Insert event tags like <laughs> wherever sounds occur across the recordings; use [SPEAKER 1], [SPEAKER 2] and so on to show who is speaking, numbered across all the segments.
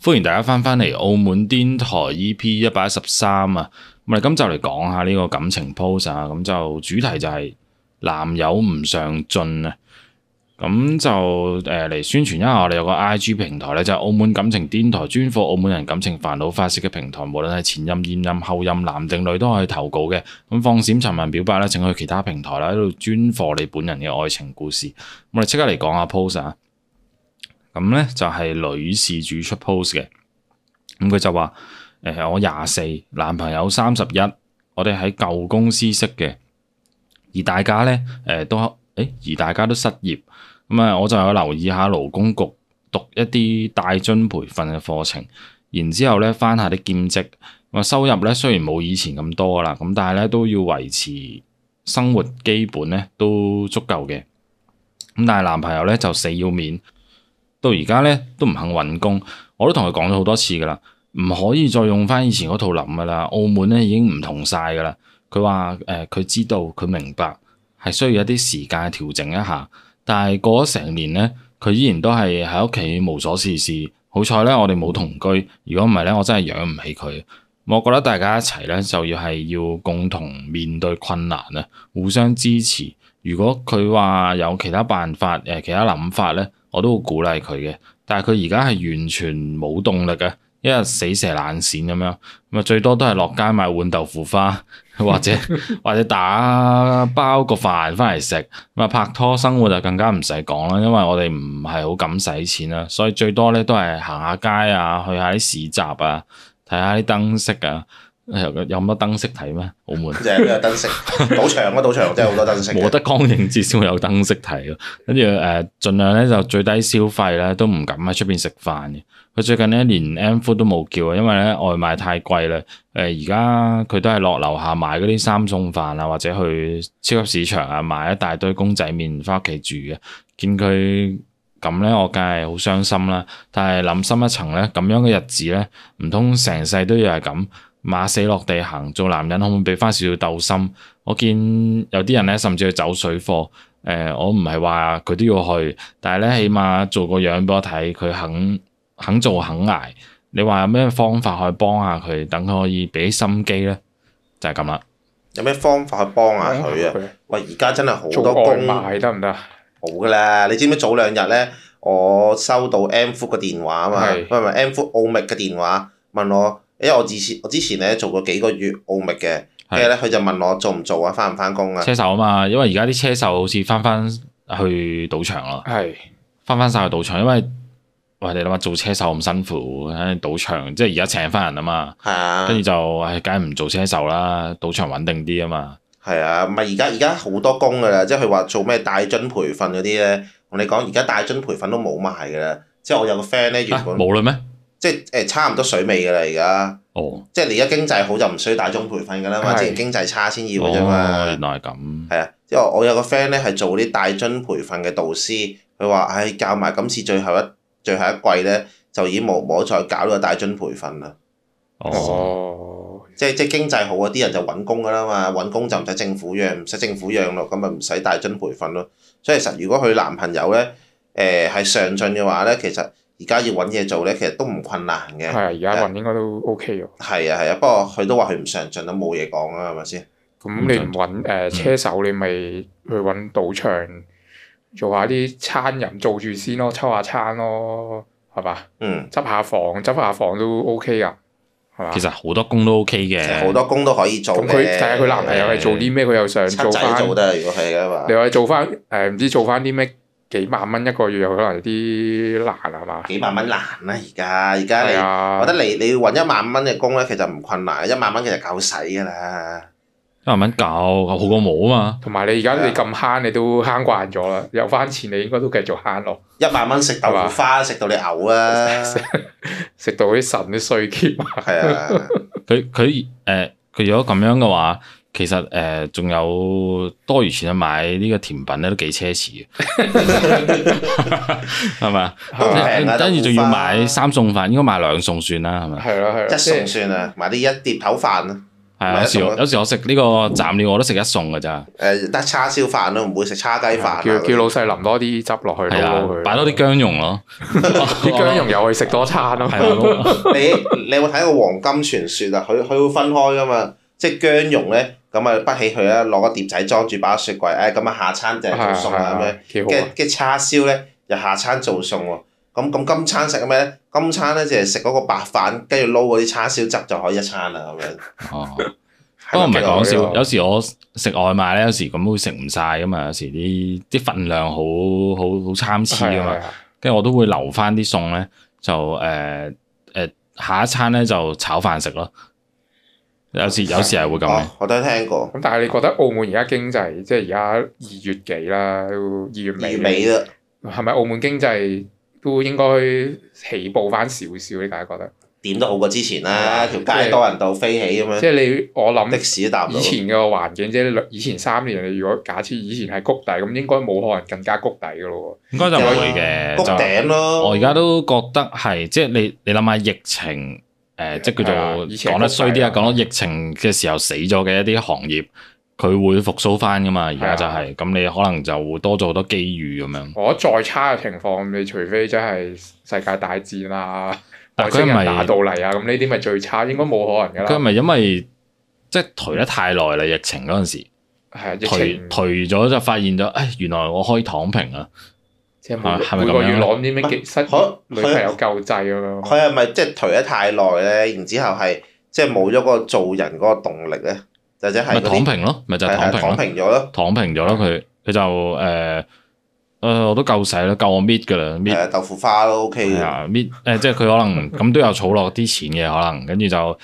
[SPEAKER 1] 歡迎大家翻返嚟澳門電台 EP 一百一十三啊！咁我哋今集嚟講下呢個感情 pose 啊，咁就主題就係男友唔上進啊！咁就誒嚟、宣傳一下，我哋有個 I G 平台咧，就係、澳門感情癲台，專貨澳門人感情煩惱發泄嘅平台，無論係前任、現任、後任，男定女都可以投稿嘅。咁放閃、尋人表白咧，請去其他平台啦，喺度專貨你本人嘅愛情故事。咁我哋即刻嚟講下 post 啊！咁咧就係、女事主出 post 嘅，咁佢就話：誒、我廿四，男朋友三十一，我哋喺舊公司識嘅，而大家咧誒、都誒而大家都失業。咁啊，我就有留意下勞工局讀一啲帶津培訓嘅課程，然之後咧翻下啲兼職，咁啊收入咧雖然冇以前咁多啦，咁但係咧都要維持生活基本咧都足夠嘅。咁但係男朋友咧就死要面，到而家咧都唔肯揾工，我都同佢講咗好多次噶啦，唔可以再用翻以前嗰套諗噶啦，澳門咧已經唔同晒噶啦。佢話誒，佢、知道佢明白係需要一啲時間調整一下。但係過咗成年咧，佢依然都係喺屋企無所事事。好彩咧，我哋冇同居，如果唔係咧，我真係養唔起佢。我覺得大家一齊咧就要係要共同面對困難啊，互相支持。如果佢話有其他辦法、誒、其他諗法咧，我都會鼓勵佢嘅。但係佢而家係完全冇動力嘅，一日死蛇爛鱔咁樣，咁啊最多都係落街買碗豆腐花， <laughs> 或者或者打包個飯翻嚟食。咁啊拍拖生活就更加唔使講啦，因為我哋唔係好敢使錢啦，所以最多咧都係行下街啊，去下啲市集啊，睇下啲燈飾啊。有有咁多燈飾睇咩？澳門？
[SPEAKER 2] 就係呢個燈飾，賭場啊嗰賭場真係好多燈飾
[SPEAKER 1] 冇
[SPEAKER 2] 嘅。
[SPEAKER 1] 得光影節先會有燈飾睇咯。跟住誒，盡量咧就最低消費咧都唔敢喺出邊食飯嘅。佢最近咧連 M food 都冇叫啊，因為咧外賣太貴啦。呃誒而家佢都係落樓下買嗰啲三餸飯啊，或者去超級市場啊買一大堆公仔麵翻屋企煮嘅。見佢咁咧，我梗係好傷心啦。但係諗深一層咧，咁樣嘅日子咧，唔通成世都要係咁馬死落地行？做男人可唔可以俾翻少少鬥心？我見有啲人咧，甚至去走水貨。誒、我唔係話佢都要去，但係咧，起碼做個樣俾我睇，佢肯肯做肯捱。你話有咩方法可以幫下佢，等佢可以俾心機咧？就係咁啦。
[SPEAKER 2] 有咩方法去幫下佢啊？喂，而家真係好
[SPEAKER 3] 做
[SPEAKER 2] 多
[SPEAKER 3] 外
[SPEAKER 2] 工
[SPEAKER 3] 賣得唔得？
[SPEAKER 2] 冇噶啦！你知唔知早兩日咧，我收到 M Food 嘅電話啊嘛，唔
[SPEAKER 3] 係
[SPEAKER 2] 係唔係 M Food 奧密嘅電話，問我，因為我之前我之前咧做過幾個月奧密嘅，跟住咧佢就問我做唔做啊，翻唔翻工啊？
[SPEAKER 1] 車手啊嘛，因為而家啲車手好似翻翻去賭場咯，
[SPEAKER 3] 係
[SPEAKER 1] 翻翻晒去賭場，因為喂你諗下做車手咁辛苦喺賭場，即係而家請翻人啊嘛，
[SPEAKER 2] 係啊，
[SPEAKER 1] 跟住就唉，梗係唔做車手啦，賭場穩定啲啊嘛。
[SPEAKER 2] 係啊，唔係而家而家好多工噶啦，即係佢話做咩大津培訓嗰啲咧，同你講而家大津培訓都冇賣噶啦。即係我有個 friend 咧，
[SPEAKER 1] 啊
[SPEAKER 2] 原，本
[SPEAKER 1] 冇啦咩？
[SPEAKER 2] 即係誒差唔多水尾噶啦而家。
[SPEAKER 1] 哦，
[SPEAKER 2] 即係你而家經濟好就唔需要大中培訓㗎啦嘛，
[SPEAKER 3] 係
[SPEAKER 2] 之前經濟差先要
[SPEAKER 1] 哦，
[SPEAKER 2] 㗎啫嘛
[SPEAKER 1] 原。來係咁。
[SPEAKER 2] 係啊，因為我有個 friend 咧係做啲大津培訓嘅導師，佢話：唉，教埋今次最後一最後一季咧，就已經冇冇得再搞呢個大津培訓啦。
[SPEAKER 1] 哦，
[SPEAKER 3] 哦，
[SPEAKER 2] 即係即係經濟好嗰啲人就揾工㗎啦嘛，揾工就唔使政府養，唔使政府養咯，咁咪唔使大津培訓咯。所以其實如果佢男朋友咧，誒、係上進嘅話咧，其實而家要揾嘢做咧，其實都唔困難嘅
[SPEAKER 3] 係。啊而家運應該都 OK 喎。
[SPEAKER 2] 係啊係啊，不過佢都話佢唔上進都冇嘢講啊啦，係咪先？
[SPEAKER 3] 咁你唔揾
[SPEAKER 2] 嗯
[SPEAKER 3] 誒車手，你咪去揾賭場做下啲餐飲做住先咯，抽下餐咯，係嘛？
[SPEAKER 2] 嗯。
[SPEAKER 3] 執下房，執下房都 OK 噶，係嘛？
[SPEAKER 1] 其實好多工都 OK
[SPEAKER 2] 其實好
[SPEAKER 1] 嘅。
[SPEAKER 2] 多工都可以做
[SPEAKER 3] 咁
[SPEAKER 2] 嘅。
[SPEAKER 3] 佢睇下佢男朋友係做啲咩，佢又想
[SPEAKER 2] 七
[SPEAKER 3] 做
[SPEAKER 2] 仔
[SPEAKER 3] 翻
[SPEAKER 2] 做。得，如果係嘅話
[SPEAKER 3] 你，話做翻誒唔知做翻啲咩幾萬蚊一個月，又可能有啲難係嘛？
[SPEAKER 2] 幾萬蚊難啦而家，而家
[SPEAKER 3] 係
[SPEAKER 2] 你，
[SPEAKER 3] 啊
[SPEAKER 2] 我覺，得你你要揾一萬蚊嘅工咧，其實唔困難，一萬蚊其實夠使㗎啦。
[SPEAKER 1] 一萬蚊夠，好過冇啊嘛。
[SPEAKER 3] 同埋你而
[SPEAKER 2] 係
[SPEAKER 3] 家
[SPEAKER 2] 啊
[SPEAKER 3] 你咁慳，你都慳慣咗啦，有翻錢你應該都繼續慳咯，
[SPEAKER 2] 一萬蚊食豆腐花，食到你嘔啦，
[SPEAKER 3] 啊食到啲腎啲碎竭。
[SPEAKER 2] 係
[SPEAKER 3] <laughs>
[SPEAKER 2] 啊，
[SPEAKER 1] 佢佢誒，佢如果咁樣嘅話，其實誒仲、有多餘錢去買呢個甜品咧，都幾奢侈嘅， <laughs> 係咪啊？
[SPEAKER 2] 都唔平啊
[SPEAKER 1] 跟住仲要買
[SPEAKER 2] 豆腐花
[SPEAKER 1] 三餸飯，應該買兩餸算啦，係咪？
[SPEAKER 3] 係咯係
[SPEAKER 2] 一
[SPEAKER 3] 啊咯，即
[SPEAKER 2] 餸
[SPEAKER 3] 係
[SPEAKER 2] 算啦，買啲一碟頭飯啦，
[SPEAKER 1] 係啊，有時我有時我食呢個斬料我都食一餸㗎咋，
[SPEAKER 2] 誒得叉燒飯咯，唔會食叉雞飯啊。
[SPEAKER 3] 叫叫老細淋多啲汁落去
[SPEAKER 1] 係
[SPEAKER 3] 撈
[SPEAKER 1] 啊
[SPEAKER 3] 撈佢，，
[SPEAKER 1] 擺多啲姜蓉咯，
[SPEAKER 3] 啲姜蓉又去食多餐咯。
[SPEAKER 1] 係啊，
[SPEAKER 2] 你你有冇睇過《黃金傳說》啊？佢佢會分開噶嘛，即係姜蓉咧，咁啊不起佢啦，攞個碟仔裝住擺喺雪櫃，誒咁啊下餐就係做餸啦咁樣。
[SPEAKER 3] 幾好
[SPEAKER 2] 跟
[SPEAKER 3] 啊！
[SPEAKER 2] 跟叉燒咧，又下餐做餸喎。咁咁今餐食咩咧？今餐咧就係食嗰個白飯，跟住撈嗰啲叉燒汁就可以一餐啦咁樣。
[SPEAKER 1] 哦，
[SPEAKER 2] 係
[SPEAKER 1] 不過唔係講
[SPEAKER 3] 係啊
[SPEAKER 1] 笑，有時我食外賣咧，有時咁會食唔晒噶嘛，有時啲啲份量好好好參差
[SPEAKER 3] 係
[SPEAKER 1] 噶
[SPEAKER 3] 啊
[SPEAKER 1] 嘛
[SPEAKER 3] 係，啊
[SPEAKER 1] 跟住我都會留翻啲餸咧，就誒誒、呃呃下一餐咧就炒飯食咯。有時有時係會咁嘅
[SPEAKER 2] 哦，，我都聽過，
[SPEAKER 3] 咁但係你覺得澳門而家經濟，即係而家二月幾啦，都二月
[SPEAKER 2] 魚
[SPEAKER 3] 尾，
[SPEAKER 2] 尾啦，
[SPEAKER 3] 係咪澳門經濟都應該起步翻少少？你大家覺得？
[SPEAKER 2] 點都好過之前啦，條
[SPEAKER 3] 係
[SPEAKER 2] 街多人到飛起咁樣，
[SPEAKER 3] 即係你我
[SPEAKER 2] 的
[SPEAKER 3] 諗
[SPEAKER 2] 士都搭唔到
[SPEAKER 3] 以。前嘅環境，即係以前三年，你如果假設以前係谷底，咁應該冇可能更加谷底嘅咯
[SPEAKER 1] 應該就唔會嘅。
[SPEAKER 2] 谷
[SPEAKER 1] 就
[SPEAKER 2] 頂咯，
[SPEAKER 1] 我而家都覺得係，即係你你諗下疫情誒、呃即係
[SPEAKER 3] 係啊
[SPEAKER 1] 叫做
[SPEAKER 3] 以前係
[SPEAKER 1] 講得衰啲啊，
[SPEAKER 3] 谷底啊
[SPEAKER 1] 講到疫情嘅時候死咗嘅一啲行業，佢會復甦翻噶嘛。而家就
[SPEAKER 3] 係啊
[SPEAKER 1] 係咁，你可能就會多咗好多機遇咁樣。
[SPEAKER 3] 喎。我覺得再差嘅情況，你除非真係世界大戰啊，
[SPEAKER 1] 但
[SPEAKER 3] 外
[SPEAKER 1] 係佢係
[SPEAKER 3] 星
[SPEAKER 1] 咪
[SPEAKER 3] 人打到嚟啊，咁呢啲咪最差，應該冇可能
[SPEAKER 1] 佢係
[SPEAKER 3] 㗎啦。
[SPEAKER 1] 咪因為即係頹得太耐啦？疫情嗰陣時，
[SPEAKER 3] 係啊疫
[SPEAKER 1] 頹
[SPEAKER 3] 情。
[SPEAKER 1] 頹咗就發現咗，唉，原來我可以躺平啊！
[SPEAKER 3] 即係每
[SPEAKER 1] 啊係咪
[SPEAKER 3] 每
[SPEAKER 1] 咁
[SPEAKER 3] 個
[SPEAKER 1] 樣
[SPEAKER 3] 月
[SPEAKER 1] 咧
[SPEAKER 3] 攞唔知咩幾失
[SPEAKER 2] 可
[SPEAKER 3] 女朋友救濟咁樣，
[SPEAKER 2] 佢係咪即係頹得太耐咧？然之後係即係冇咗個做人嗰個動力咧，或者係
[SPEAKER 1] 咪
[SPEAKER 2] 嗰
[SPEAKER 1] 躺
[SPEAKER 2] 啲
[SPEAKER 1] 平咯，咪就係
[SPEAKER 2] 係
[SPEAKER 1] 躺平咯
[SPEAKER 2] 係躺，平咗咯，
[SPEAKER 1] 躺平咗咯。佢佢就誒誒，我都夠使啦，夠我搣噶啦，搣
[SPEAKER 2] 誒豆腐花都 OK
[SPEAKER 1] 係
[SPEAKER 2] 嘅，
[SPEAKER 1] 啊，搣誒，即係佢可
[SPEAKER 3] <laughs>
[SPEAKER 1] 能咁都有儲落啲錢嘅，可能跟住就誒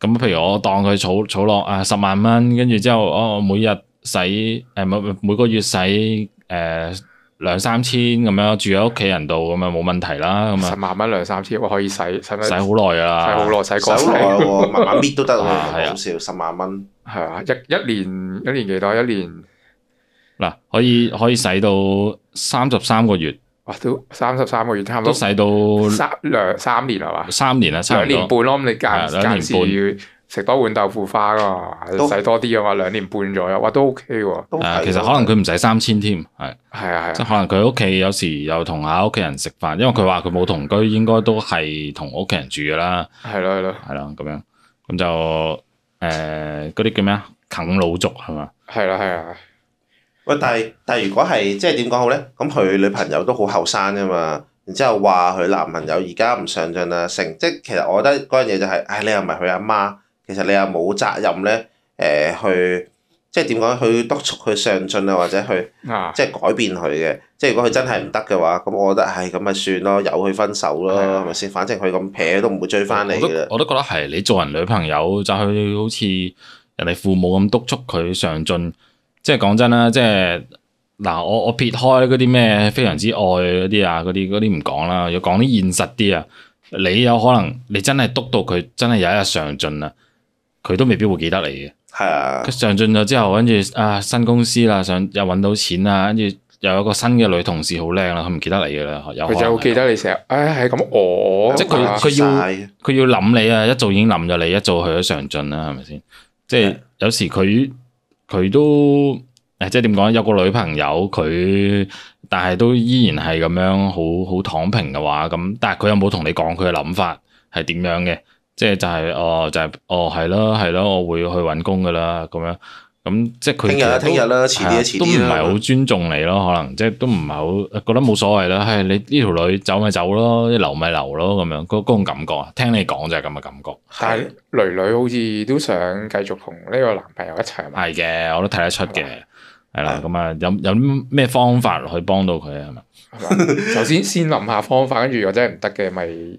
[SPEAKER 1] 咁。譬如我當佢儲儲落啊十萬蚊，跟住之後哦，我每日使誒每每個月使誒兩三千咁樣住喺屋企人度咁啊冇問題啦咁啊
[SPEAKER 3] 十。萬蚊兩三千，我可以使使
[SPEAKER 1] 使
[SPEAKER 3] 乜？
[SPEAKER 1] 好
[SPEAKER 3] 使
[SPEAKER 1] 耐
[SPEAKER 3] 好
[SPEAKER 1] 啊，
[SPEAKER 3] 耐，使
[SPEAKER 2] 使
[SPEAKER 3] 過
[SPEAKER 2] 好
[SPEAKER 3] 世
[SPEAKER 1] <laughs>
[SPEAKER 2] 耐喎，慢慢搣都得喎，
[SPEAKER 1] 啊係啊
[SPEAKER 2] 好少十萬蚊，
[SPEAKER 3] 係啊！一一年一年幾多？一年
[SPEAKER 1] 嗱可以可以使到三十三個月，
[SPEAKER 3] 哇，都三十三個月差
[SPEAKER 1] 都
[SPEAKER 3] 唔多，
[SPEAKER 1] 使到
[SPEAKER 3] 三兩三年係嘛？
[SPEAKER 1] 三年啦，差
[SPEAKER 3] 兩
[SPEAKER 1] 唔
[SPEAKER 3] 年
[SPEAKER 1] 多。
[SPEAKER 3] 半咯，咁你
[SPEAKER 1] 係啊兩
[SPEAKER 3] 間間
[SPEAKER 1] 年半
[SPEAKER 3] 時食多碗豆腐花㗎
[SPEAKER 2] 都
[SPEAKER 3] 嘛，使多啲啊嘛，兩年半左右，哇都 OK 喎，
[SPEAKER 2] 都
[SPEAKER 1] 啊
[SPEAKER 2] 係。
[SPEAKER 1] 其實可能佢唔使三千添，係
[SPEAKER 3] 係啊係
[SPEAKER 1] 即係
[SPEAKER 3] 啊，
[SPEAKER 1] 可能佢屋企有時又同下屋企人食飯，因為佢話佢冇同居，應該都係同屋企人住噶啦，
[SPEAKER 3] 係咯係咯
[SPEAKER 1] 係啦咁樣，咁就誒嗰啲叫咩啊？啃老族係嘛？
[SPEAKER 3] 係啦係啊，
[SPEAKER 2] 喂，但係但係如果係即係點講好咧？咁佢女朋友都好後生㗎嘛，然之後話佢男朋友而家唔上進啦，成即係其實我覺得嗰樣嘢就係、唉、你又唔係佢阿媽，其實你又冇責任咧，誒、去即係點講？去督促佢上進啊，或者去
[SPEAKER 3] 啊
[SPEAKER 2] 即係改變佢嘅。即係如果佢真係唔得嘅話，咁我覺得唉，咁咪算咯，由佢分手咯，
[SPEAKER 3] 係啊
[SPEAKER 2] 係咪先？反正佢咁撇都唔會追翻你
[SPEAKER 1] 我都
[SPEAKER 2] 嘅。
[SPEAKER 1] 我都覺得係你做人女朋友就去好似人哋父母咁督促佢上進，即係講真啦，即係嗱我我撇開嗰啲咩非常之愛嗰啲啊嗰啲嗰啲唔講啦，要講啲現實啲啊，你有可能你真係督到佢真係有一日上進啦，佢都未必會記得你嘅。
[SPEAKER 2] 係啊
[SPEAKER 1] 佢，上進咗之後，跟住啊新公司啦，上又揾到錢啦，跟住又有個新嘅女同事好靚啦，佢唔記得你嘅啦，有可
[SPEAKER 3] 佢
[SPEAKER 1] 能
[SPEAKER 3] 就
[SPEAKER 1] 係
[SPEAKER 3] 記得你成日，唉係咁我
[SPEAKER 1] 即係佢
[SPEAKER 3] 啊
[SPEAKER 1] 佢要
[SPEAKER 2] 嘥
[SPEAKER 1] 佢要諗你啊，一早已經諗咗你，一早去咗上進啦，係咪先？即係
[SPEAKER 2] 係
[SPEAKER 1] 有時佢佢都誒，即係點講？有個女朋友佢，但係都依然係咁樣好好躺平嘅話，咁但係佢又冇同你講佢嘅諗法係點樣嘅？即係就係、哦，就係、哦係咯係咯，我會去揾工噶啦咁樣。咁即係佢
[SPEAKER 2] 聽日
[SPEAKER 1] 其實都
[SPEAKER 2] 啦，聽日啦，遲
[SPEAKER 1] 係
[SPEAKER 2] 啲啦，
[SPEAKER 1] 啊
[SPEAKER 2] 遲
[SPEAKER 1] 都唔
[SPEAKER 2] 啲
[SPEAKER 1] 係
[SPEAKER 2] 啦
[SPEAKER 1] 好。尊重你咯，可能即係都唔係好覺得冇所謂啦。係你呢條女走咪走咯，留咪留咯咁樣，嗰嗰種感覺啊。聽你講就係咁嘅感覺。
[SPEAKER 3] 但係女女好似都想繼續同呢個男朋友一
[SPEAKER 1] <laughs>
[SPEAKER 3] 齊嘛？
[SPEAKER 1] 係嘅，我都睇得出嘅。係啦
[SPEAKER 2] 係，
[SPEAKER 1] 咁啊，有有咩方法去幫到佢啊？係咪？
[SPEAKER 3] 係嘛首先先諗下方法，跟住如果真係唔得嘅，咪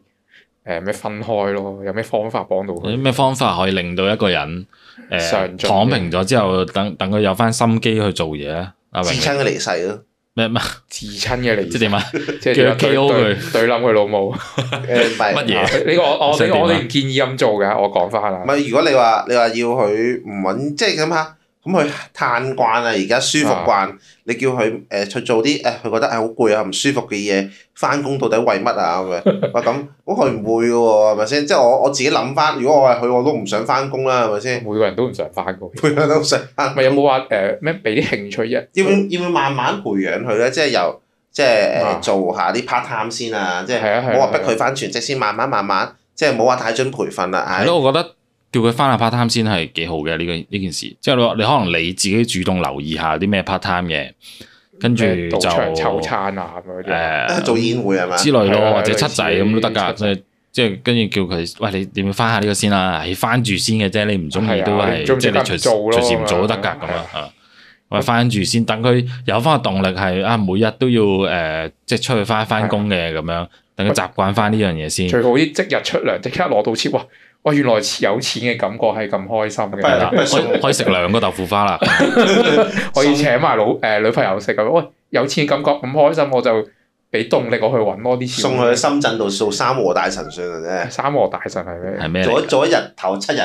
[SPEAKER 3] 誒咩分開咯？有咩方法幫到
[SPEAKER 1] 有啲
[SPEAKER 3] 佢？
[SPEAKER 1] 咩方法可以令到一個人誒、
[SPEAKER 3] 嗯上進嘅
[SPEAKER 1] 躺平咗之後，等等佢有翻心機去做嘢啊咧？阿
[SPEAKER 2] 至
[SPEAKER 1] 榮
[SPEAKER 2] 親嘅離世咯，
[SPEAKER 1] <laughs> 咩咩
[SPEAKER 3] 至親嘅離
[SPEAKER 1] 即係點
[SPEAKER 3] <laughs>
[SPEAKER 1] 啊？
[SPEAKER 3] 即係點啊
[SPEAKER 1] 叫佢
[SPEAKER 3] 對
[SPEAKER 1] KO
[SPEAKER 3] 對對冧佢
[SPEAKER 1] <laughs>
[SPEAKER 3] 老母。
[SPEAKER 2] 誒唔係
[SPEAKER 1] 乜嘢
[SPEAKER 3] 啊呢個我我
[SPEAKER 1] 想
[SPEAKER 3] 呢
[SPEAKER 1] 點
[SPEAKER 3] 個
[SPEAKER 1] 啊
[SPEAKER 3] 我哋唔建議咁做㗎，我講翻
[SPEAKER 2] 唔
[SPEAKER 3] 啦。
[SPEAKER 2] 係，如果你話你話要佢唔揾，即係咁下，啊咁佢嘆慣啊，而家舒服慣，你叫佢誒去做啲誒，佢覺得係好攰啊、唔舒服嘅嘢，翻工到底為乜啊咁樣？哇咁，咁佢唔會嘅喎，係咪先？即係我我自己諗翻，如果我係佢，我都唔想翻工啦，係咪先？
[SPEAKER 3] 每個人都唔想翻工。
[SPEAKER 2] 每個都想
[SPEAKER 3] <laughs>
[SPEAKER 2] 翻。
[SPEAKER 3] 咪有冇話誒咩俾啲興趣一
[SPEAKER 2] 要唔要唔要慢慢培養佢咧？即係由即係
[SPEAKER 3] 啊
[SPEAKER 2] 誒做下啲 part time 先啊！即
[SPEAKER 3] 係啊係啊
[SPEAKER 2] 係冇話逼
[SPEAKER 3] 係啊
[SPEAKER 2] 佢翻全職先，慢慢慢慢，即係冇話太準培訓啦。
[SPEAKER 1] 係
[SPEAKER 2] 唉，
[SPEAKER 1] 咯，我覺得叫佢翻下 part time 先係幾好嘅呢個呢件事。即係你話你可能你自己主動留意下啲咩 part time 嘅，跟住
[SPEAKER 3] 咩
[SPEAKER 1] 就呃
[SPEAKER 3] 賭場
[SPEAKER 1] 誒、
[SPEAKER 3] 湊餐啊咁樣嗰啲？
[SPEAKER 2] 做宴會係嘛？ <laughs>
[SPEAKER 1] 之類
[SPEAKER 3] 係
[SPEAKER 1] 咯，
[SPEAKER 3] 啊
[SPEAKER 1] 或者
[SPEAKER 3] 類
[SPEAKER 1] 七
[SPEAKER 3] 似
[SPEAKER 1] 仔咁都得㗎，
[SPEAKER 3] 七
[SPEAKER 1] 即
[SPEAKER 3] 仔
[SPEAKER 1] 係即係跟住叫佢，喂你你要翻下呢個先啦，係翻住先嘅啫，你唔中意
[SPEAKER 3] 係啊
[SPEAKER 1] 都
[SPEAKER 3] 你
[SPEAKER 1] 係
[SPEAKER 3] 唔中意
[SPEAKER 1] 即係你
[SPEAKER 3] 得唔
[SPEAKER 1] 隨
[SPEAKER 3] 做咯
[SPEAKER 1] 隨時唔做都得㗎
[SPEAKER 3] 咁
[SPEAKER 1] 咁
[SPEAKER 3] 樣
[SPEAKER 1] 啊，係嘛喂翻住先，等佢有翻個動力係啊，每日都要誒、呃即係出去翻翻工嘅咁樣，等佢習慣翻呢樣嘢先。
[SPEAKER 3] 啊最好啲即日出糧，即刻攞到錢。哇！哇！原來有錢嘅感覺係咁開心
[SPEAKER 2] 係啊啦
[SPEAKER 3] 嘅，
[SPEAKER 1] 可以可以食兩個豆腐花啦，
[SPEAKER 3] 可以請埋老誒女朋友食咁樣。喂，有錢嘅感覺咁開心，我就俾動力我去揾多啲錢。
[SPEAKER 2] 送佢去深圳度做三和大神算啦
[SPEAKER 3] 三和大神係咩？
[SPEAKER 1] 係咩
[SPEAKER 2] 啫。
[SPEAKER 1] 嚟
[SPEAKER 2] 做
[SPEAKER 1] 㗎
[SPEAKER 2] 一？做一日頭七日，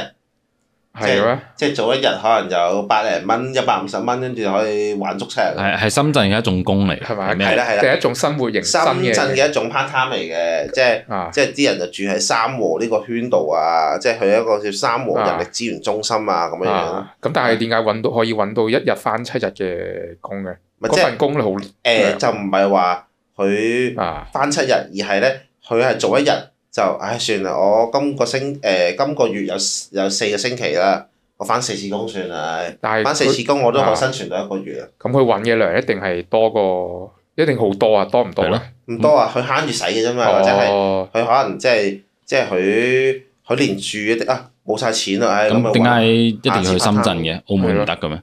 [SPEAKER 3] 係嘅咩？
[SPEAKER 2] 即係做一日可能有百零蚊、一百五十蚊，跟住可以玩足七日。
[SPEAKER 1] 係係深圳嘅一種工嚟，
[SPEAKER 3] 係咪
[SPEAKER 1] 係咩
[SPEAKER 2] 係
[SPEAKER 1] 嚟？
[SPEAKER 2] 啦係啦，
[SPEAKER 3] 係一種生活型新
[SPEAKER 2] 深圳
[SPEAKER 3] 嘅
[SPEAKER 2] 嘅一種 part time 嚟嘅，即係。
[SPEAKER 3] 啊，
[SPEAKER 2] 即係啲人就住喺三和呢個圈度啊，即係去一個叫三和人力資源中心啊咁樣樣，
[SPEAKER 3] 啊咁但係點解揾到可以揾到一日翻七日嘅工嘅？
[SPEAKER 2] 咪即係
[SPEAKER 3] 嗰啊份工好
[SPEAKER 2] 誒就唔係話佢
[SPEAKER 3] 啊，
[SPEAKER 2] 翻七日，而係咧佢係做一日就唉算啦，我今個星誒、今個月有有四個星期啦，我翻四次工算啦，唉
[SPEAKER 3] 但係
[SPEAKER 2] 翻四
[SPEAKER 3] 佢
[SPEAKER 2] 次工我都可
[SPEAKER 3] 啊
[SPEAKER 2] 以生存到一個月啊，
[SPEAKER 3] 咁佢揾嘅糧一定係多過，一定好多啊，多唔多
[SPEAKER 1] 係咯
[SPEAKER 3] 啊？
[SPEAKER 2] 唔多啊，佢慳住使嘅啫嘛，或者係
[SPEAKER 3] 哦，
[SPEAKER 2] 佢可能即係即係佢佢連住一啲啊冇晒錢啦，唉咁咪
[SPEAKER 1] 咁點
[SPEAKER 2] 玩
[SPEAKER 1] 解一定要
[SPEAKER 3] 啊
[SPEAKER 1] 去深圳嘅？澳門唔得嘅咩？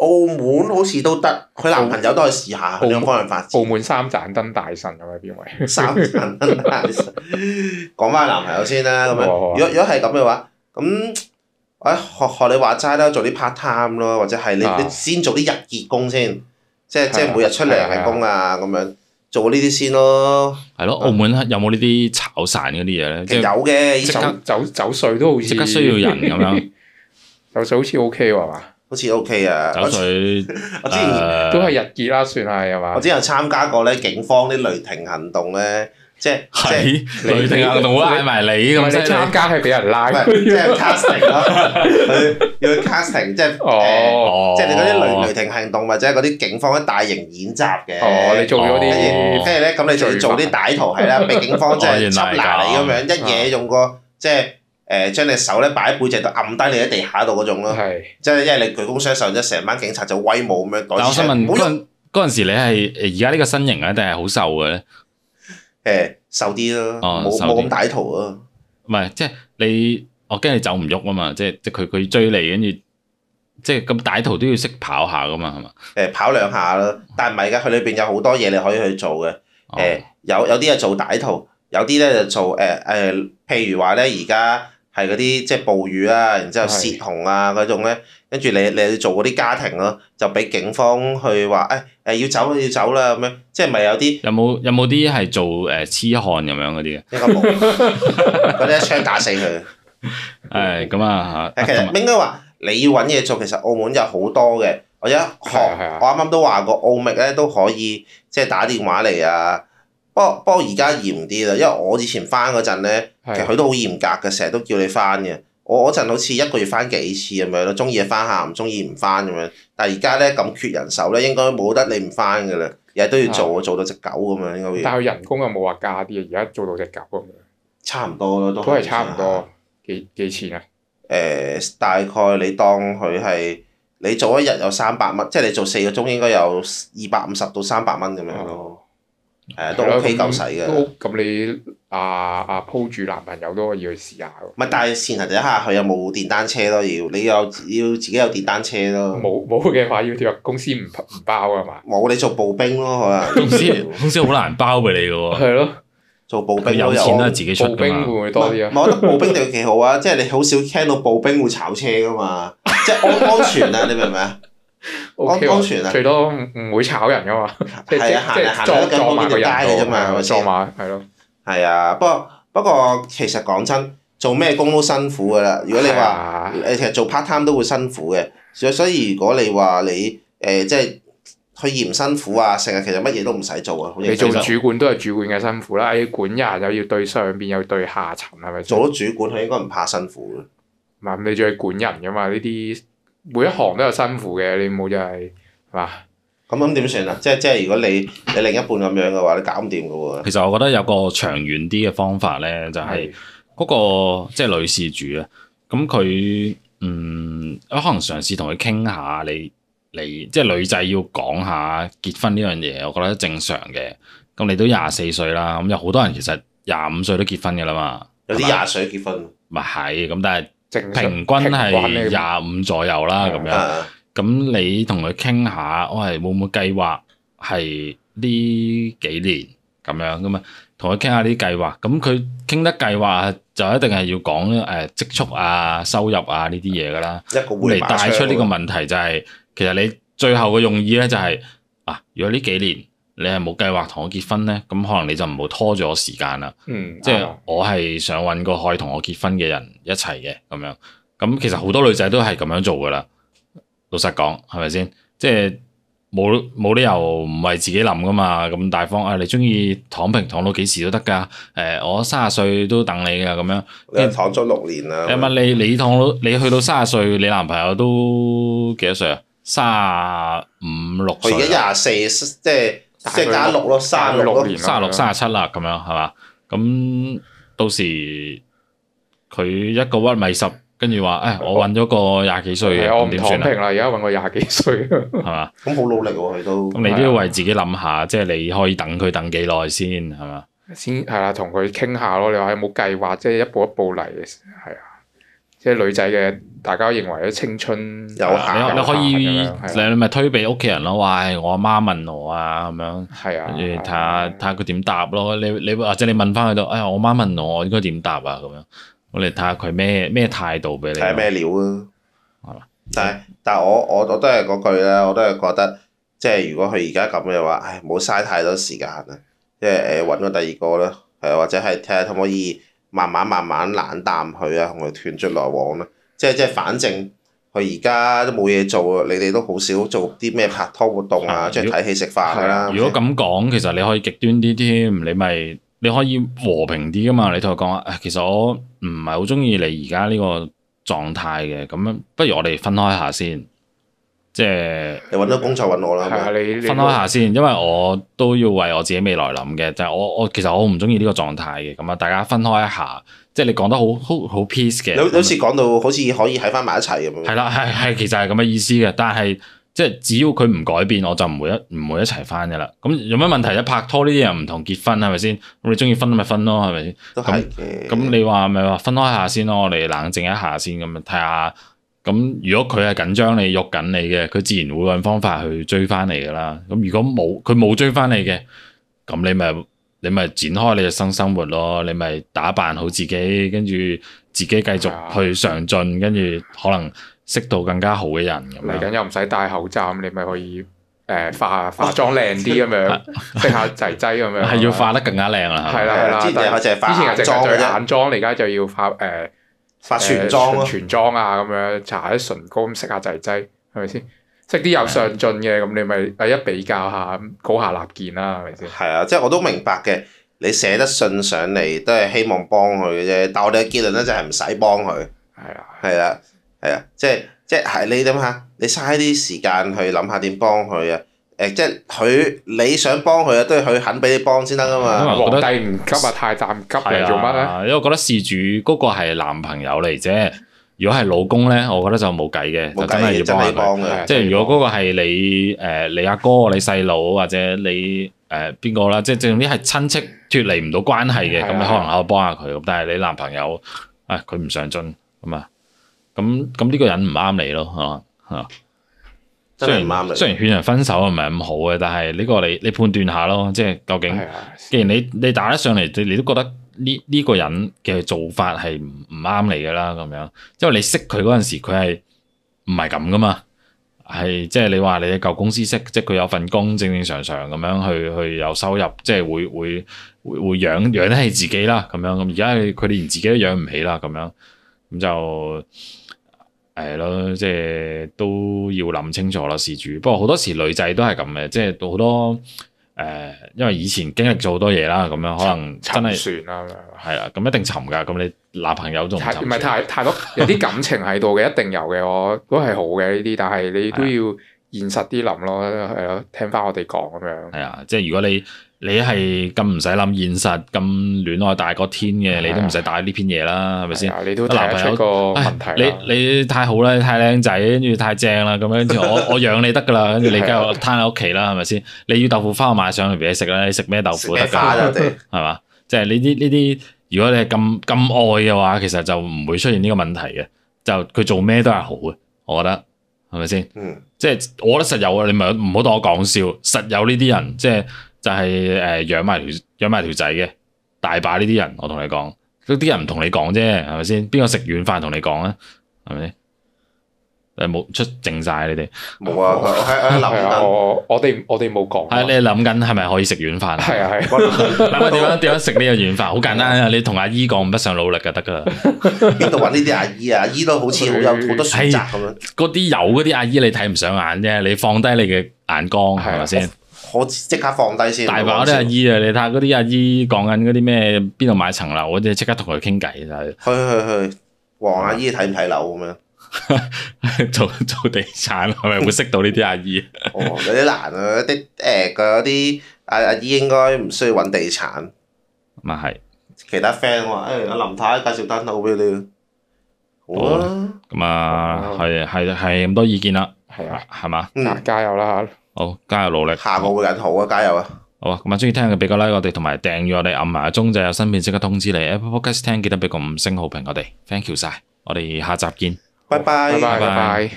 [SPEAKER 2] 澳門好似都得，佢男朋友都去試下，
[SPEAKER 3] 澳
[SPEAKER 2] 兩個人發展
[SPEAKER 3] 澳門三盞燈大神咁樣邊
[SPEAKER 2] <laughs>
[SPEAKER 3] 位？
[SPEAKER 2] 三人講翻男朋友先啦，咁樣。
[SPEAKER 3] 好啊好啊
[SPEAKER 2] 如果如果係咁嘅話，咁誒學學你話齋啦，做啲 part time 咯，或者係你
[SPEAKER 3] 啊
[SPEAKER 2] 你先做啲日結工先，即係即
[SPEAKER 3] 係啊
[SPEAKER 2] 係每日出糧嘅工啊，咁樣做呢啲先咯。
[SPEAKER 1] 係
[SPEAKER 3] 啊
[SPEAKER 1] 咯，澳門有冇呢啲炒散嗰啲嘢咧？
[SPEAKER 2] 其
[SPEAKER 1] 即
[SPEAKER 2] 實
[SPEAKER 1] 係
[SPEAKER 2] 有嘅，以
[SPEAKER 1] 即
[SPEAKER 2] 前
[SPEAKER 1] 刻
[SPEAKER 3] 走走税都好似
[SPEAKER 1] 即刻需要人咁樣，
[SPEAKER 3] 走税好似 O K 喎係嘛？
[SPEAKER 2] 好似 OK 啊。
[SPEAKER 1] 走
[SPEAKER 2] 我之
[SPEAKER 1] 水
[SPEAKER 2] 我之前
[SPEAKER 1] 誒
[SPEAKER 3] 都係日結啦，算係係
[SPEAKER 2] 我
[SPEAKER 3] 嘛
[SPEAKER 2] 之？前有參加過咧警方啲雷霆行動咧，即係即係。
[SPEAKER 1] 係雷霆行動會嗌埋你
[SPEAKER 3] 唔
[SPEAKER 1] 咁
[SPEAKER 3] 係
[SPEAKER 1] 犀
[SPEAKER 3] 你參
[SPEAKER 1] 利，
[SPEAKER 3] 加係俾啊人拉
[SPEAKER 2] 唔係，
[SPEAKER 3] <laughs>
[SPEAKER 2] 即係 casting 咯，佢要去 casting，即係誒
[SPEAKER 3] 哦
[SPEAKER 1] 哦
[SPEAKER 2] 即係你嗰啲雷雷霆行動或者嗰啲警方啲大型演習嘅。
[SPEAKER 3] 哦，你做咗
[SPEAKER 2] 跟住
[SPEAKER 1] 哦
[SPEAKER 2] 跟
[SPEAKER 3] 啲
[SPEAKER 2] 住咧，咁你就要做啲歹徒係
[SPEAKER 3] <laughs>
[SPEAKER 2] 啦，俾警方即
[SPEAKER 1] 哦
[SPEAKER 2] 係
[SPEAKER 1] 原來係
[SPEAKER 2] 緝拿你
[SPEAKER 1] 咁
[SPEAKER 2] 咁樣，一嘢用個即係誒將你手咧擺喺背脊度，暗低你喺地下度嗰種咯。
[SPEAKER 3] 係
[SPEAKER 2] 即係因為你舉高雙手，即係成班警察就威武咁樣
[SPEAKER 1] 但
[SPEAKER 2] 袋
[SPEAKER 1] 我
[SPEAKER 2] 支
[SPEAKER 1] 想
[SPEAKER 2] 槍，
[SPEAKER 1] 問
[SPEAKER 2] 唔好
[SPEAKER 1] 嗰
[SPEAKER 2] 喐
[SPEAKER 1] 陣嗰陣時你係而家呢個身形啊，定係好瘦嘅咧？
[SPEAKER 2] 誒瘦啲咯，
[SPEAKER 1] 哦
[SPEAKER 2] 冇
[SPEAKER 1] 瘦
[SPEAKER 2] 冇
[SPEAKER 1] 啲
[SPEAKER 2] 咁歹徒啊。
[SPEAKER 1] 唔係即係你，我驚你走唔喐啊嘛！即係即係佢佢追你，跟住即係咁歹徒都要識跑下噶嘛，係嘛？
[SPEAKER 2] 誒跑兩下啦，但係唔係㗎，佢裏邊有好多嘢你可以去做嘅。誒、
[SPEAKER 1] 哦
[SPEAKER 2] 有有啲係做歹徒，有啲咧就做誒誒、呃譬如話咧而家係嗰啲即係暴雨啊，然之後
[SPEAKER 3] 係
[SPEAKER 2] 泄洪啊嗰種咧，跟住你你做嗰啲家庭咯，就俾警方去話誒誒要走啦要走啦咁樣，即係咪有啲
[SPEAKER 1] 有冇有冇啲係做誒痴漢咁樣嗰啲嘅？
[SPEAKER 2] 應該
[SPEAKER 3] <laughs>
[SPEAKER 2] 冇，嗰啲一槍打死佢。
[SPEAKER 1] 誒咁啊嚇，
[SPEAKER 2] <laughs> 誒其
[SPEAKER 1] 同埋
[SPEAKER 2] 實應該話你要揾嘢做，其實澳門有好多嘅。我一學，
[SPEAKER 3] 係啊係啊
[SPEAKER 2] 我啱啱都話過，澳密咧都可以即係打電話嚟啊。不過不過而家嚴啲啦，因為我以前翻嗰陣咧。其實
[SPEAKER 3] 係啊
[SPEAKER 2] 佢都好嚴格嘅，成日都叫你翻嘅。我嗰陣好似一個月翻幾次咁樣咯，中意就翻下，唔中意唔翻咁樣。但係而家咧咁缺人手咧，應該冇得你唔翻嘅啦，日日都要做，做到只狗咁樣應該會
[SPEAKER 3] 啊但係佢人工有冇話加啲啊？而家做到只狗咁樣，
[SPEAKER 2] 啊差唔多咯，都
[SPEAKER 3] 都係差唔。多幾幾錢啊？
[SPEAKER 2] 誒、大概你當佢係你做一日有三百蚊，即係你做四個鐘應該有二百五十到三百蚊咁樣咯。係啊，都
[SPEAKER 3] 哦係咯
[SPEAKER 2] OK
[SPEAKER 3] 咁
[SPEAKER 2] 夠使嘅。
[SPEAKER 3] 都咁你啊啊鋪住男朋友都可以去試下喎。
[SPEAKER 2] 唔係，但係前提底下佢有冇電單車咯？要你有要自己有電單車咯。
[SPEAKER 3] 冇冇嘅話，要入公司唔唔包啊嘛。
[SPEAKER 2] 冇你做步兵咯，可能。
[SPEAKER 1] 公司 <laughs> 公司好難包俾你嘅喎。
[SPEAKER 3] 係咯，
[SPEAKER 2] 做步
[SPEAKER 1] 佢
[SPEAKER 2] 兵
[SPEAKER 1] 有
[SPEAKER 2] 都
[SPEAKER 1] 錢都係
[SPEAKER 2] 我
[SPEAKER 1] 自哦己出
[SPEAKER 3] 步
[SPEAKER 1] 㗎
[SPEAKER 3] 兵會
[SPEAKER 1] 嘛，
[SPEAKER 3] 唔會多啲啊
[SPEAKER 2] 唔？係我覺得步兵就幾好啊， <laughs> 即係你好少聽到步兵會炒車噶嘛， <laughs> 即係安安全啊，你明唔明啊？
[SPEAKER 3] O K
[SPEAKER 2] 安安全啊
[SPEAKER 3] 最多唔唔會炒人
[SPEAKER 2] <laughs>
[SPEAKER 3] 噶嘛。即係
[SPEAKER 2] 係啊，行
[SPEAKER 3] 即係
[SPEAKER 2] 啊行
[SPEAKER 3] 撞
[SPEAKER 2] 啊，跟旁
[SPEAKER 3] 撞埋
[SPEAKER 2] 邊
[SPEAKER 3] 個
[SPEAKER 2] 條
[SPEAKER 3] 人
[SPEAKER 2] 街嘅啫
[SPEAKER 3] 度
[SPEAKER 2] 嘛，係咪
[SPEAKER 3] 撞
[SPEAKER 2] 先？
[SPEAKER 3] 埋係咯。
[SPEAKER 2] 係啊，不過不過其實講真，做咩工都辛苦㗎啦。如果你
[SPEAKER 3] 係
[SPEAKER 2] 話
[SPEAKER 3] 啊
[SPEAKER 2] 誒其實做 part time 都會辛苦嘅，所所以如果你話你誒即係去嫌辛苦啊，成日其實乜嘢都唔使做啊，好認
[SPEAKER 3] 你
[SPEAKER 2] 真
[SPEAKER 3] 做
[SPEAKER 2] 做
[SPEAKER 3] 主管都係主管嘅辛苦啦，你管人又要對上邊又對下層，係咪先？
[SPEAKER 2] 做到主管，佢應該唔怕辛苦嘅。
[SPEAKER 3] 唔係咁你仲要管人噶嘛？呢啲每一行都有辛苦嘅，你冇就係係嘛？
[SPEAKER 2] 咁咁點算啊？即係即係如果你你另一半咁樣嘅話，你搞唔掂㗎喎。
[SPEAKER 1] 其實我覺得有個長遠啲嘅方法咧，就係、嗰、個即係女事主啊，咁佢嗯，可能嘗試同佢傾下，你你即係女仔要講下結婚呢樣嘢，我覺得正常嘅。咁你都廿四歲啦，咁有好多人其實廿五歲都結婚嘅啦嘛，
[SPEAKER 2] 有啲
[SPEAKER 1] 係嘛
[SPEAKER 2] 廿歲結婚
[SPEAKER 1] 咪係咁，但係
[SPEAKER 3] 正常
[SPEAKER 1] 平均係
[SPEAKER 3] 平均呢
[SPEAKER 1] 廿五左右啦咁樣。
[SPEAKER 2] 啊，
[SPEAKER 1] 咁你同佢傾下，我係會唔會計劃係呢幾年咁樣咁啊？同佢傾下啲計劃，咁佢傾得計劃就一定係要講誒、呃、積蓄啊、收入啊呢啲嘢㗎啦。
[SPEAKER 2] 一個
[SPEAKER 1] 咁
[SPEAKER 2] 會
[SPEAKER 1] 嚟
[SPEAKER 2] 馬
[SPEAKER 1] 帶出呢個
[SPEAKER 2] 槍喎
[SPEAKER 1] 問題就係、其實你最後嘅用意咧就係、啊，如果呢幾年你係冇計劃同我結婚咧，咁可能你就唔好拖咗我時間啦。
[SPEAKER 3] 嗯，
[SPEAKER 1] 即
[SPEAKER 3] 即
[SPEAKER 1] 係
[SPEAKER 2] 啊
[SPEAKER 3] 係
[SPEAKER 1] 我係想揾個可以同我結婚嘅人一齊嘅咁樣。咁其實好多女仔都係咁樣做噶啦。老實講，係咪先？即係冇冇理由唔係自己諗噶嘛。咁大方啊，你中意躺平躺到幾時都得㗎。誒、我三十歲都等你㗎咁樣。
[SPEAKER 2] 你又躺咗六年啊啦。
[SPEAKER 1] 你問你你躺到你去到三十歲，你男朋友都幾多歲啊？三五六歲
[SPEAKER 2] 佢
[SPEAKER 1] 啊。
[SPEAKER 2] 而家廿四，即係
[SPEAKER 3] 大
[SPEAKER 2] 即係
[SPEAKER 3] 佢
[SPEAKER 2] 加六咯，三六
[SPEAKER 3] 大佢
[SPEAKER 2] 咯
[SPEAKER 3] 六。年
[SPEAKER 1] 三十六、三十七啦，咁樣係嘛？咁到時佢一個屈米十，跟住話：，誒，我揾咗個廿幾歲嘅，
[SPEAKER 3] 我
[SPEAKER 1] 咁
[SPEAKER 3] 唔
[SPEAKER 1] 點算
[SPEAKER 3] 躺
[SPEAKER 1] 啊？
[SPEAKER 3] 平啦，而家揾個廿幾歲，
[SPEAKER 1] 係嘛？
[SPEAKER 2] 咁好努力喎，佢都
[SPEAKER 3] 啊
[SPEAKER 1] 咁你都要為自己諗下，即係你可以等佢等幾耐先，係嘛？
[SPEAKER 3] 先係啦，同佢傾下咯。你話有冇計劃？即係一步一步嚟，係啊。即係女仔嘅，大家認為啲青春
[SPEAKER 2] 有
[SPEAKER 1] 係
[SPEAKER 2] 限
[SPEAKER 1] 啊你你可
[SPEAKER 3] 有限咁樣係
[SPEAKER 1] 以
[SPEAKER 3] 啊
[SPEAKER 1] 你咪推俾屋企人咯，話唉我阿媽問我啊，咁樣。
[SPEAKER 3] 係啊，
[SPEAKER 1] 跟住睇下睇下佢點答咯。你你或者你問翻佢度，哎呀，我媽問我，我應該點答啊？咁樣，我哋睇下佢咩咩態度俾你
[SPEAKER 2] 睇。下啊咩料
[SPEAKER 1] 係
[SPEAKER 2] 啊
[SPEAKER 1] 嘛。
[SPEAKER 2] 但係但係我我我都係嗰句啦，我都係覺得即係如果佢而家咁嘅話，唉，唔好嘥太多時間啦，即係誒揾個第二個啦，係或者係睇下可唔可以慢慢慢慢冷淡佢啊，同佢斷絕來往啦。即係即係，反正佢而家都冇嘢做啊，你哋都好少做啲咩拍拖活動啊，
[SPEAKER 1] 係
[SPEAKER 2] 即係睇戲食飯㗎啦。
[SPEAKER 1] 如果咁講，其實你可以極端啲添，你咪你可以和平啲噶嘛。你同佢講啊，誒其實我唔係好中意你而家呢個狀態嘅，咁樣不如我哋分開下先，即係
[SPEAKER 2] 你揾到工作揾我啦，係
[SPEAKER 3] 係啊，
[SPEAKER 2] 咪？
[SPEAKER 3] 你你
[SPEAKER 1] 分開下先，因為我都要為我自己未來諗嘅。就係、我我其實我唔中意呢個狀態嘅，咁啊大家分開一下，即係你講得好好好 peace 嘅。
[SPEAKER 2] 有有時講到好似可以喺翻埋一齊咁樣。
[SPEAKER 1] 係啦，係係，其實係咁嘅意思嘅。但係即係只要佢唔改變，我就唔會一唔會一齊翻嘅啦。咁有咩問題啫？拍拖呢啲嘢唔同結婚係咪先？咁你中意分咪分咯，係咪先？
[SPEAKER 2] 都係嘅。
[SPEAKER 1] 咁你話咪話分開下先咯，我哋冷靜一下先，咁睇下。咁如果佢係緊張你、喐緊你嘅，佢自然會揾方法去追翻你噶啦。咁如果冇佢冇追翻你嘅，咁你咪你咪展開你嘅新生活咯。你咪打扮好自己，跟住自己繼續
[SPEAKER 3] 係啊
[SPEAKER 1] 去上進，跟住可能識到更加好嘅人咁
[SPEAKER 3] 嚟
[SPEAKER 1] 樣。
[SPEAKER 3] 緊又唔使戴口罩，咁你咪可以誒化化妝靚啲咁
[SPEAKER 1] <laughs>
[SPEAKER 3] 樣，識下仔仔咁樣。
[SPEAKER 1] 係要化得更加靚啊啦。係嘛
[SPEAKER 3] 係啦
[SPEAKER 2] 係
[SPEAKER 3] 係
[SPEAKER 2] 啦
[SPEAKER 3] 啦，
[SPEAKER 2] 之前係淨係化
[SPEAKER 3] 之前係
[SPEAKER 2] 眼妝嘅啫
[SPEAKER 3] 淨係對眼妝，你而家就要化誒
[SPEAKER 2] 化全
[SPEAKER 3] 誒
[SPEAKER 2] 妝咯。
[SPEAKER 3] 呃全妝啊咁樣，搽下啲唇膏咁識下仔仔，係咪先？識啲有上進嘅，咁你咪誒一比較下，高下立見啦，係咪先？
[SPEAKER 2] 係啊，即係我都明白嘅。你寫得信上嚟都係希望幫佢嘅啫，但我哋嘅結論咧就係唔使幫佢，
[SPEAKER 3] 係啦，
[SPEAKER 2] 係啦，係啊，即係即係係你諗下，你嘥啲時間去諗下點幫佢啊？誒，即係佢你想幫佢啊，都要佢肯俾你幫先得噶嘛。
[SPEAKER 1] 啊因為我覺
[SPEAKER 3] 皇
[SPEAKER 1] 得
[SPEAKER 3] 帝唔急啊，太監急
[SPEAKER 1] 係
[SPEAKER 3] 嚟做乜咧？
[SPEAKER 1] 啊？因為我覺得事主嗰個係男朋友嚟啫。如果係老公咧，我覺得就冇計嘅，
[SPEAKER 2] 冇
[SPEAKER 1] 就
[SPEAKER 2] 計
[SPEAKER 1] 真係
[SPEAKER 2] 嘅，
[SPEAKER 1] 啊要
[SPEAKER 2] 真
[SPEAKER 1] 幫下
[SPEAKER 2] 係
[SPEAKER 1] 佢。
[SPEAKER 2] 幫嘅。
[SPEAKER 3] 係
[SPEAKER 1] 即係如果嗰個係你誒、呃你阿哥、你細佬或者你誒邊個啦，即係總之係親戚脱離唔到關係嘅，
[SPEAKER 3] 係啊
[SPEAKER 1] 咁你可能可以幫下佢。咁但係你男朋友啊，佢唔上進咁啊，咁咁呢個人唔啱你咯，係嘛？
[SPEAKER 2] 真
[SPEAKER 1] 雖
[SPEAKER 2] 係
[SPEAKER 1] 然
[SPEAKER 2] 唔啱啊
[SPEAKER 1] 雖
[SPEAKER 2] 你。
[SPEAKER 1] 然勸人分手唔係咁好嘅，但係呢個你你判斷下咯，即係究竟
[SPEAKER 3] 係啊，
[SPEAKER 1] 既然你你打得上嚟，你你都覺得呢呢個人嘅做法係唔唔啱你噶啦，咁樣，因為你識佢嗰陣時，佢係唔係咁噶嘛？係即係你話你嘅舊公司識，即係佢有份工正正常常咁樣去去有收入，即係會會會會養養得起自己啦咁樣。咁而家佢哋連自己都養唔起啦咁樣，咁就係咯，即係都要諗清楚啦，事主。不過好多時女仔都係咁嘅，即係好多誒、呃因為以前經歷咗好多嘢啦，咁樣可能真係
[SPEAKER 3] 沉船啊啦咁樣。
[SPEAKER 1] 係啦，咁一定沉㗎。咁你男朋友仲唔
[SPEAKER 3] 太
[SPEAKER 1] 沉
[SPEAKER 3] 唔係
[SPEAKER 1] 船
[SPEAKER 3] 太太
[SPEAKER 1] <laughs>
[SPEAKER 3] 多有啲感情喺度嘅，一定有嘅，我都係好嘅呢啲，但係你
[SPEAKER 1] 啊
[SPEAKER 3] 都要現實啲諗咯，係咯，聽翻我哋講咁樣。
[SPEAKER 1] 係啊，即係如果你你係咁唔使諗現實，咁戀愛大過天
[SPEAKER 3] 啊
[SPEAKER 1] 嘅，你都唔使帶呢篇嘢啦，係咪
[SPEAKER 3] 係
[SPEAKER 1] 先？
[SPEAKER 3] 啊？你都睇得出個問
[SPEAKER 1] 唉
[SPEAKER 3] 題啦。
[SPEAKER 1] 哎你你太好啦，你太靚仔，跟住太正啦，咁樣跟住我 <laughs> 我養你得噶啦，跟住你梗係攤喺屋企啦，係咪先？你要豆腐花我買上嚟俾你食啦，你食咩豆
[SPEAKER 2] 食
[SPEAKER 1] 腐
[SPEAKER 2] 咩
[SPEAKER 1] 得
[SPEAKER 2] 花
[SPEAKER 1] 㗎？ <laughs>
[SPEAKER 2] 啫？我哋
[SPEAKER 1] 係嘛？即係呢啲呢啲，如果你係咁咁愛嘅話，其實就唔會出現呢個問題嘅。就佢做咩都係好嘅，我覺得係咪先？
[SPEAKER 2] 嗯
[SPEAKER 1] 即係我覺得實有啊！你咪唔好當我講笑，實有呢啲人，即係就係誒養埋條養埋條仔嘅大把呢啲人，我同你講，嗰啲人唔同你講啫，係咪先？邊個食軟飯同你講啊？係咪先？誒冇出淨晒你哋， <laughs>
[SPEAKER 2] 冇啊！我喺我喺
[SPEAKER 3] 係
[SPEAKER 2] 諗
[SPEAKER 3] 啊，
[SPEAKER 2] 緊，
[SPEAKER 3] 我我哋我哋冇講。啊
[SPEAKER 1] 係你諗緊係咪可以食軟飯？
[SPEAKER 3] 係啊哦係。
[SPEAKER 2] 我諗緊
[SPEAKER 1] 諗下點樣點樣食呢個軟飯？好簡單啊！你同阿姨講唔得上努力就得㗎啦。
[SPEAKER 2] 邊度揾呢啲阿姨啊？阿姨都好似好有好多選擇咁樣。
[SPEAKER 1] 嗰啲有嗰啲阿姨你睇唔上眼啫，你放低你嘅眼光
[SPEAKER 3] 係啊
[SPEAKER 1] 係咪先？
[SPEAKER 2] 我即刻放低先。
[SPEAKER 1] 大把啲阿姨啊！你睇下嗰啲阿姨講緊嗰啲咩邊度買層樓，我哋即刻同佢傾偈就
[SPEAKER 2] 去去去，黃阿姨睇唔睇樓咁樣？
[SPEAKER 1] 係 <laughs> 做做地產係咪會識到呢啲阿姨？
[SPEAKER 2] 哦，有啲難啊！啲誒嗰啲阿阿姨應該唔需要揾地產，
[SPEAKER 1] <laughs> 咁啊係，
[SPEAKER 2] 其他 friend 話誒阿林太介紹單樓俾你，好啊，
[SPEAKER 1] 咁啊係係係咁多意見啦，
[SPEAKER 3] 係啊，
[SPEAKER 1] 係嘛？
[SPEAKER 3] 嗱
[SPEAKER 2] 嗯，
[SPEAKER 3] 加油啦嚇！
[SPEAKER 1] 好，加油努力，
[SPEAKER 2] 下個會更好啊，加油啊！
[SPEAKER 1] 好啊！咁啊，中意聽嘅俾個 like 我哋，同埋訂閱我哋，暗埋鐘就有新片即刻通知你。Apple Podcast 聽記得俾個五星好評我哋，thank you 晒，我哋下集見。
[SPEAKER 2] 拜拜
[SPEAKER 3] 拜。拜
[SPEAKER 1] 拜
[SPEAKER 3] 拜
[SPEAKER 1] 拜
[SPEAKER 3] 拜。